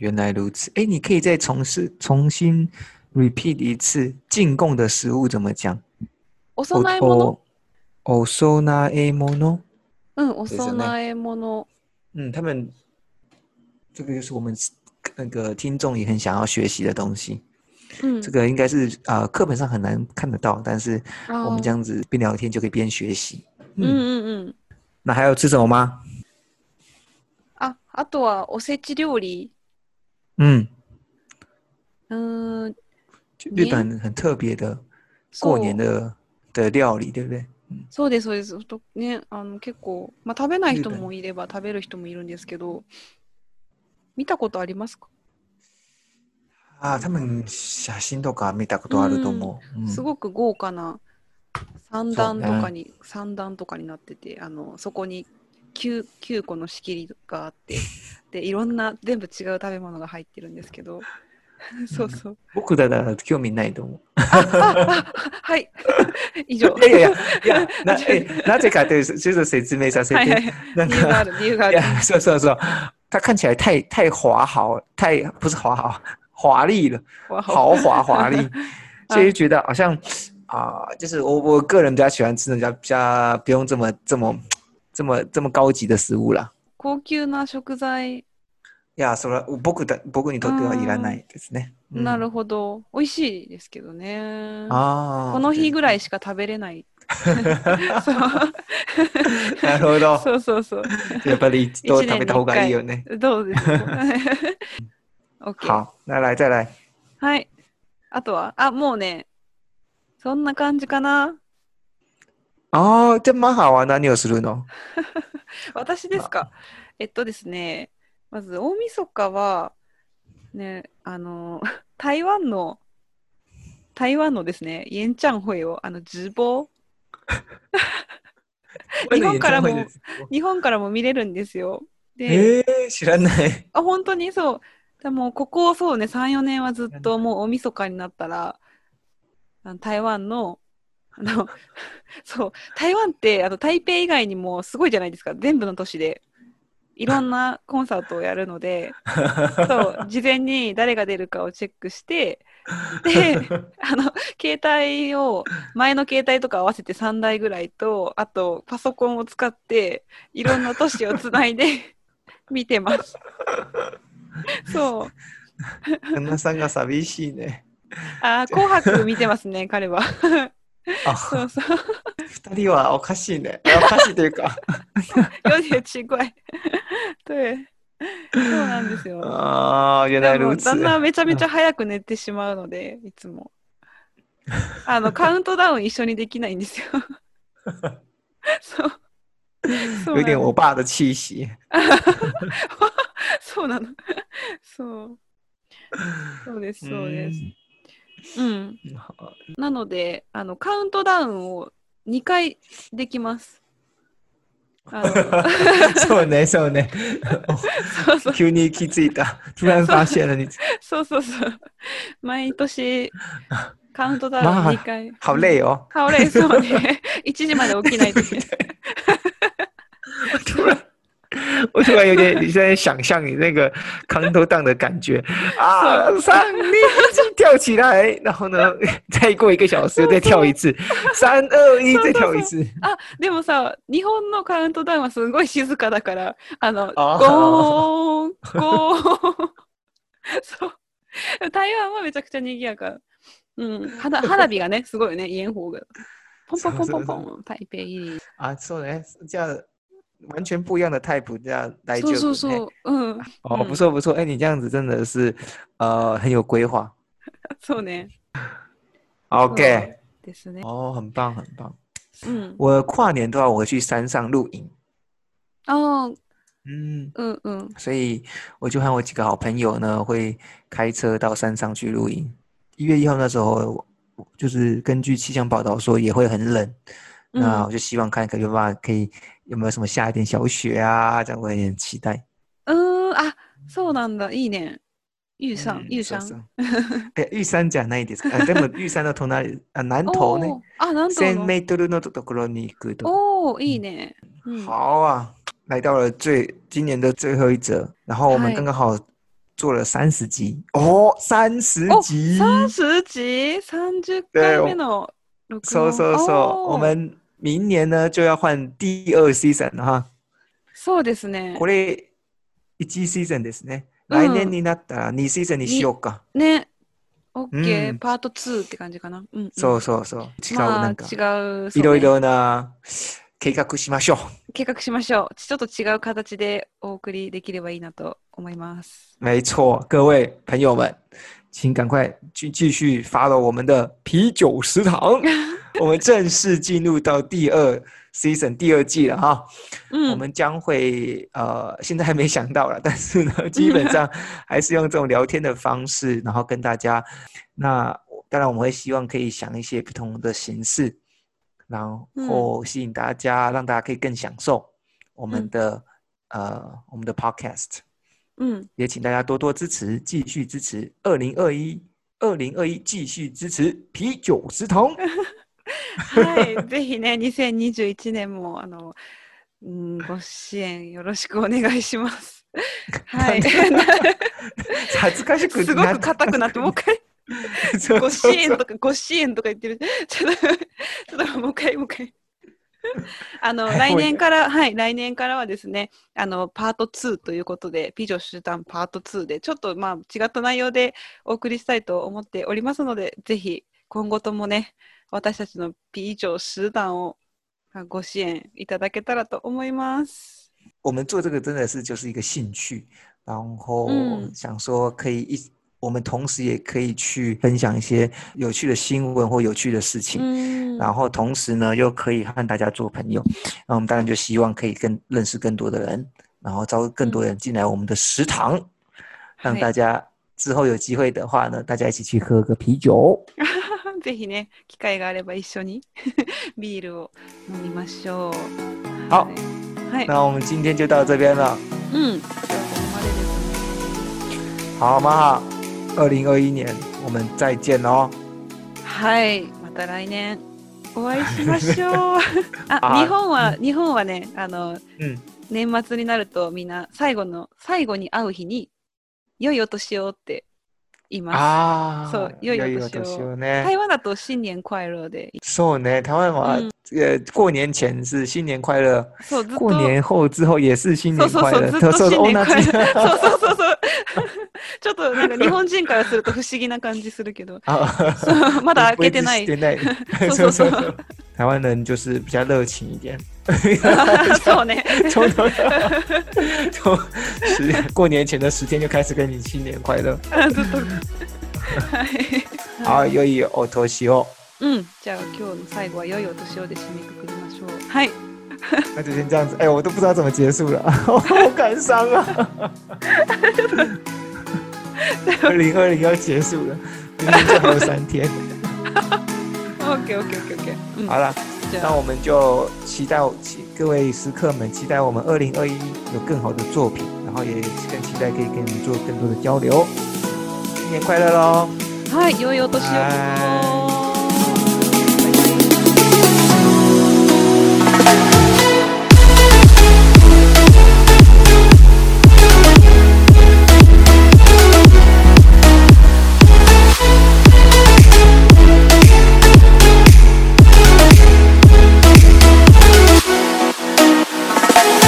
Speaker 1: 原来如此。哎，你可以再重试重新 repeat 一次进贡的食物怎么讲？哦
Speaker 2: お供え物
Speaker 1: おお供え物。
Speaker 2: うん、お
Speaker 1: すよね
Speaker 2: 供え物。
Speaker 1: 嗯，他们这个就是我们那个听众也很想要学习的东西。
Speaker 2: うん
Speaker 1: 这。个应该是啊、呃课本上很难看得到，但是
Speaker 2: あ
Speaker 1: 我们
Speaker 2: ー
Speaker 1: 这样子边聊天就可以边学习。
Speaker 2: うん
Speaker 1: 哦嗯，
Speaker 2: うんうん。
Speaker 1: 那还有吃什么吗？
Speaker 2: あ、あとはおせち料理。
Speaker 1: 嗯，
Speaker 2: うーん、
Speaker 1: 就日
Speaker 2: 年
Speaker 1: 本很特别的
Speaker 2: そ
Speaker 1: 过
Speaker 2: う
Speaker 1: 年的的料理，对不对？
Speaker 2: そうです、そうです。ほんとね、あの結構、まあ、食べない人
Speaker 1: 日本
Speaker 2: もいれば食べる人もいるんですけど、見たことありますか、
Speaker 1: 啊，他们写真とか見たことあると思う。
Speaker 2: す
Speaker 1: 嗯
Speaker 2: ごく豪華な三段と
Speaker 1: そうね
Speaker 2: かに、三段とかになってて、あのそこに 9, 9個の仕切りがあって、で、いろんな全部違う食べ物が入ってるんですけど、そうそう。
Speaker 1: 僕だったら興味ないと思う。
Speaker 2: はい、以上。
Speaker 1: いやいやいや、なえなぜかというと、ちょっと説明させ
Speaker 2: はいはい
Speaker 1: て、
Speaker 2: は
Speaker 1: な
Speaker 2: い。
Speaker 1: ん
Speaker 2: 理由が
Speaker 1: か
Speaker 2: あ。る、理由が
Speaker 1: い
Speaker 2: あ る。
Speaker 1: や、そうそうそう。它看起来太太华豪，太不是华豪， 华丽了，
Speaker 2: わお
Speaker 1: 豪华华丽，所以就觉得好像啊、就是我我个人比较喜欢吃那种比较比较不用这么这么这么这么高级的食物啦。
Speaker 2: 高級な食材、
Speaker 1: いや、それは僕だ僕にとってはいらないですね。うん
Speaker 2: なるほど。美味しいですけどね。
Speaker 1: ああ。
Speaker 2: この日 ぐらいしか食べれない。そう
Speaker 1: なるほ ど。
Speaker 2: そうそうそう。
Speaker 1: やっぱり一度食べた方がいいよね。
Speaker 2: どうで すか ?OK。
Speaker 1: 好，那来再来。
Speaker 2: はい。あとは、あ、もうね、そんな感じかな。
Speaker 1: 哦，这蛮好玩的。何をするの？
Speaker 2: 私ですか。えっとですね、まず大晦日は、ね、あの、台湾の、台湾のですね、イェンチャンホイを、あの、ズボ日本からも日本からも見れるんですよ。で、
Speaker 1: えー、知らない。
Speaker 2: あ、本当にそう。でも、ここそうね、3、4年はずっともう大晦日になったら、あの台湾の、あの、 そう、台湾って、あの、台北以外にもすごいじゃないですか、全部の都市で。いろんなコンサートをやるので、そう、事前に誰が出るかをチェックして、で、あの、携帯を、前の携帯とか合わせて3台ぐらいと、あと、パソコンを使って、いろんな都市をつないで 見てます。そう。
Speaker 1: 旦那さんが寂しいね。
Speaker 2: あー、紅白見てますね、彼は。そ
Speaker 1: あ、
Speaker 2: うそう。
Speaker 1: 二人はおかしいね。おかしいという か。
Speaker 2: よ点奇 怪。对。そうなんですよ。
Speaker 1: ああ、原来
Speaker 2: でも
Speaker 1: 如此
Speaker 2: 旦。那はめちゃめちゃ早く寝てしまうので、いつも。あ の、カウントダウン一緒にできないんですよ。 そう。そう
Speaker 1: 有
Speaker 2: な
Speaker 1: 点
Speaker 2: の。
Speaker 1: 我爸的气息。
Speaker 2: そうなの。そう。そうです、そうです。うん。
Speaker 1: うん。好
Speaker 2: なので、あの、カウントダウンを2回できます。あ の
Speaker 1: そうね、そうね。
Speaker 2: そうそう。
Speaker 1: 急に気づいた。突然发现了你。
Speaker 2: そうそうそう。毎 年、カウントダ
Speaker 1: まあ
Speaker 2: ウン2回。
Speaker 1: 好累 哦。
Speaker 2: かおれそうね。1時 まで起きないといけない。
Speaker 1: 突然。我突然有点，你现在想象你那个康头荡的感觉 啊，三二一跳起来，然后呢，再过一个小时再跳一次，三二一再跳一次。
Speaker 2: でもさ、日本のカウントダウンはすごい静
Speaker 1: 啊
Speaker 2: かだから、あの、
Speaker 1: あー
Speaker 2: ゴーン、ゴーン。そう。台湾はめちゃくちゃ賑やか。うん、花花火がね、すごいよね、炎鵬が。ポンポンポンポンポン、
Speaker 1: そう
Speaker 2: 台北入り。
Speaker 1: あ、そうね，哎这样完全不一样的 type，这样来
Speaker 2: そう
Speaker 1: 就哎
Speaker 2: そう
Speaker 1: 读
Speaker 2: そ
Speaker 1: 嘿
Speaker 2: う、 うん、
Speaker 1: 哦，
Speaker 2: 嗯
Speaker 1: 不错不错，哎，你这样子真的是呃很有规划。
Speaker 2: そうね。
Speaker 1: OK，
Speaker 2: ですね。
Speaker 1: 哦，很棒很棒。
Speaker 2: うん。
Speaker 1: 我跨年的话，我会去山上露营。
Speaker 2: ああ、
Speaker 1: 嗯，
Speaker 2: うんうん。
Speaker 1: 所以我就和我几个好朋友呢，会开车到山上去露营。一月一号那时候，我就是根据气象报道说也会很冷，
Speaker 2: うん
Speaker 1: 那我就希望看可有办法可以有没有什么下一点小雪啊，这样我也很期待。
Speaker 2: うーん、あ、そうなんだ。いいね。ゆうさん、
Speaker 1: 嗯
Speaker 2: ゆう
Speaker 1: 说
Speaker 2: さん。
Speaker 1: 说 哎，玉山じゃないですか。あでも玉山の隣あ南東
Speaker 2: おー
Speaker 1: ね。
Speaker 2: あ、なんと
Speaker 1: 千
Speaker 2: の。
Speaker 1: メートルのところに行くと。
Speaker 2: おお、いいね。うん、
Speaker 1: 好啊，来到了最今年的最后一则，然后我们
Speaker 2: 嗨
Speaker 1: 刚刚好做了三十集哦，三十
Speaker 2: 哦
Speaker 1: 集，
Speaker 2: 三十集、三十回目の録
Speaker 1: 说
Speaker 2: 音。
Speaker 1: 说说，
Speaker 2: おー
Speaker 1: 我们明年呢就要换第二 season 了哈，
Speaker 2: そうですね
Speaker 1: こ。れ一 season ですね。
Speaker 2: うん
Speaker 1: 来年になったら二 season にしようか。
Speaker 2: ね。オッ
Speaker 1: う
Speaker 2: ケー、
Speaker 1: ん
Speaker 2: パート2って感じかな。うん、うん。
Speaker 1: そうそうそう。違う
Speaker 2: まあ、
Speaker 1: なん
Speaker 2: 違
Speaker 1: か
Speaker 2: う、そうね
Speaker 1: いろいろな計画しましょう。
Speaker 2: 計画しましょう。ちょっと違う形でお送りできればいいなと思います。
Speaker 1: 没错，各位朋友们，请赶快继继续 follow 我们的啤酒食堂，我们正式进入到第二 season 第二季了哈。
Speaker 2: うん。
Speaker 1: 我们将会呃，现在还没想到了，但是呢，基本上还是用这种聊天的方式，然后跟大家。那当然我们会希望可以想一些不同的形式，然后吸引大家，让大家可以更享受我们
Speaker 2: 嗯
Speaker 1: 的呃我们的 podcast。
Speaker 2: うん。
Speaker 1: 也请大家多多支持，继续支持二零二一，二零二一继续支持啤酒食堂。
Speaker 2: はい。ぜひね、2021年も、あの、うん、ご支援よろしくお願い します。はい。
Speaker 1: 恥ずかしく
Speaker 2: すごく硬くなって、もう一回、
Speaker 1: そう
Speaker 2: ご支
Speaker 1: そう
Speaker 2: 援
Speaker 1: そう
Speaker 2: とか、ご支援とか言ってる。ちょっと、ちょっともう一回、もう一回。 あの、
Speaker 1: はい
Speaker 2: 来年から、はい、来年からはですね、あの、パート2ということで、美女集団パート2で、ちょっとまあ、違った内容でお送りしたいと思っておりますので、ぜひ、今後ともね、私たちの美女集団をあご支援いただけたらと思います。
Speaker 1: 我们做这个真的是就是一个兴趣，然后
Speaker 2: 嗯
Speaker 1: 想说可以一，我们同时也可以去分享一些有趣的新闻或有趣的事
Speaker 2: 嗯
Speaker 1: 情。
Speaker 2: ん
Speaker 1: 然后同时呢，又可以和大家做朋友，那我们当然就希望可以更认识更多的人，然后招更多人进来我们的食堂，让大家之后有机会的话呢，大家一起去喝个啤酒。
Speaker 2: ぜひね、機会があれば一緒に ビールを飲みましょう。
Speaker 1: 好
Speaker 2: はい。はい。
Speaker 1: 那我们今天就到这边了，
Speaker 2: うん。じゃあ、
Speaker 1: 好
Speaker 2: ここまでです
Speaker 1: 吗？二零二一年我们再见哦喽，
Speaker 2: ね。はい。また来年お会いしま しょう。あ、
Speaker 1: あ
Speaker 2: 日本は、日本はね、あの、
Speaker 1: 嗯，
Speaker 2: 年末になるとみんな最後の、最後に会う日に、良いお年をって言いま
Speaker 1: 啊，
Speaker 2: そう良いお年をす。
Speaker 1: ね
Speaker 2: 台湾だと新年快乐で。
Speaker 1: そうね、台湾は、
Speaker 2: うん
Speaker 1: 呃，过年前是新年快乐，
Speaker 2: そう、ずっと。
Speaker 1: 过年后之后也是新
Speaker 2: そう
Speaker 1: 年
Speaker 2: そう
Speaker 1: 快
Speaker 2: そ
Speaker 1: 乐哦そうそ
Speaker 2: う、ずっ。と
Speaker 1: う
Speaker 2: 新年快
Speaker 1: 同じ
Speaker 2: 樂。 そうそうそうそう。 ちょっとなんか日本人からすると不思議な感じするけど、
Speaker 1: 啊，
Speaker 2: そうまだ開けてな
Speaker 1: 不
Speaker 2: い。
Speaker 1: 会 自己点 对
Speaker 2: そうそうそ
Speaker 1: そ
Speaker 2: う
Speaker 1: うそう台湾人就是比较热情一点，
Speaker 2: そうね。
Speaker 1: 从头到从十过年前的十天就开始跟你新年快乐，
Speaker 2: あ ずっと。はい。
Speaker 1: 好，又一哦お年を，
Speaker 2: うん。じゃあ今日の最後は良いお年をで締めくくりましょう。はい。
Speaker 1: 那就先这样子，哎、我都不知道怎么结束了， 好感伤啊！二零二零要结束了，明天就还有三天，
Speaker 2: オッケーオッケーオッケーオッケー。うん
Speaker 1: 好了，
Speaker 2: じゃ
Speaker 1: 那
Speaker 2: あ
Speaker 1: 我们就期待期各位食客们期待我们二零二一有更好的作品，然后也更期待可以跟你们做更多的交流。哦新年快乐喽！
Speaker 2: はい、良いお年を。
Speaker 3: 「